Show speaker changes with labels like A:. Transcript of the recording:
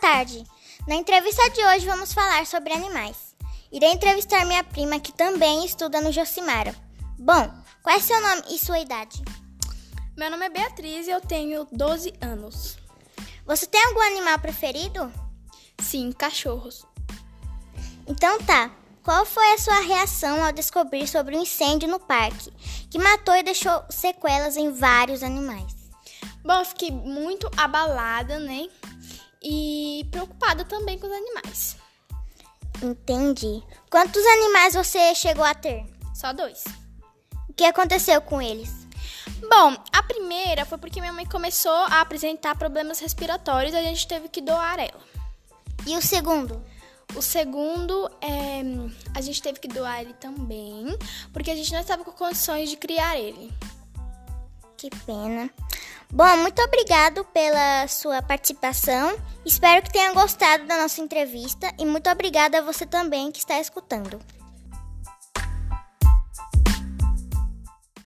A: tarde. Na entrevista de hoje vamos falar sobre animais. Irei entrevistar minha prima que também estuda no Josimara. Bom, qual é seu nome e sua idade?
B: Meu nome é Beatriz e eu tenho 12 anos.
A: Você tem algum animal preferido?
B: Sim, cachorros.
A: Então tá. Qual foi a sua reação ao descobrir sobre o incêndio no parque, que matou e deixou sequelas em vários animais?
B: Bom, eu fiquei muito abalada, né? E preocupada também com os animais.
A: Entendi. Quantos animais você chegou a ter?
B: Só dois.
A: O que aconteceu com eles?
B: Bom, a primeira foi porque minha mãe começou a apresentar problemas respiratórios e a gente teve que doar ela.
A: E o segundo?
B: O segundo é. A gente teve que doar ele também, porque a gente não estava com condições de criar ele.
A: Que pena. Bom, muito obrigado pela sua participação. Espero que tenham gostado da nossa entrevista e muito obrigada a você também que está escutando.